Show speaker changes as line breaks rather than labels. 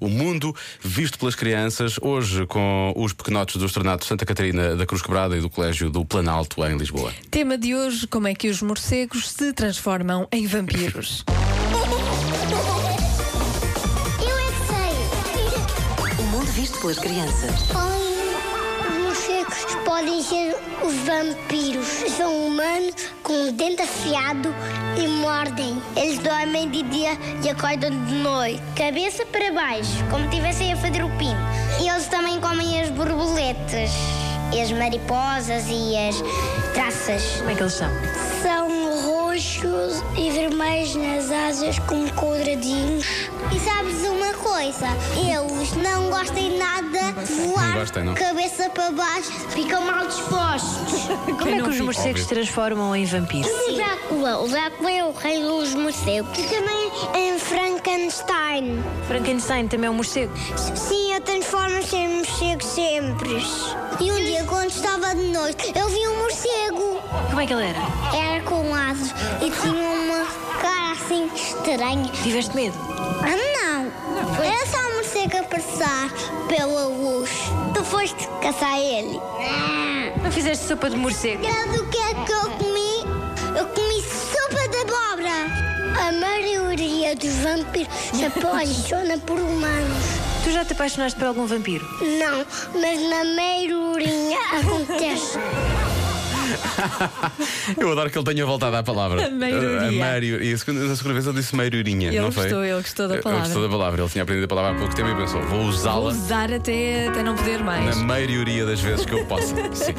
O mundo visto pelas crianças, hoje com os pequenotes do Estrenato Santa Catarina da Cruz Quebrada e do Colégio do Planalto, em Lisboa.
Tema de hoje: como é que os morcegos se transformam em vampiros?
Eu é que sei.
O mundo visto pelas crianças.
Podem- Os morcegos podem ser os vampiros. São humanos com o dente afiado e mordem. Eles dormem de dia e acordam de noite. Cabeça para baixo, como estivessem a fazer o pino. E eles também comem as borboletas, e as mariposas e as traças.
Como é que eles são?
São roxos e vermelhos nas asas como quadradinhos. E sabes uma coisa? Eles não gostam nada de voar
Não gostam, não.
cabeça para baixo. Ficam mal dispostos.
Como é que os morcegos
Óbvio.
se transformam em vampiros?
O Drácula. O Drácula é o rei dos morcegos. E também em Frankenstein.
Frankenstein também é um morcego.
Sim, eu transformo-se em morcego sempre. E um dia, quando estava de noite, eu vi um morcego.
Como é que ele era?
Era com asas e tinha uma cara assim estranha.
Tiveste medo?
Ah, não. Era só um morcego a passar pela luz. Tu foste caçar ele.
Não fizeste sopa de morcego?
Sabe o que é que eu comi? Eu comi sopa de abóbora. A maioria dos vampiros se apaixona por humanos.
Tu já te apaixonaste por algum vampiro?
Não, mas na maioria acontece.
Eu adoro que ele tenha voltado à palavra. Eh,
A maioria.
A maioria. E a segunda, na segunda vez ele disse maiorinha,
Ele
não foi?
gostou, ele gostou da
Ele
palavra.
gostou da palavra. Ele tinha aprendido a palavra há pouco tempo e pensou, vou
Vou
usá-la
usar até, até não poder mais.
na maioria das vezes que eu possa. Sim.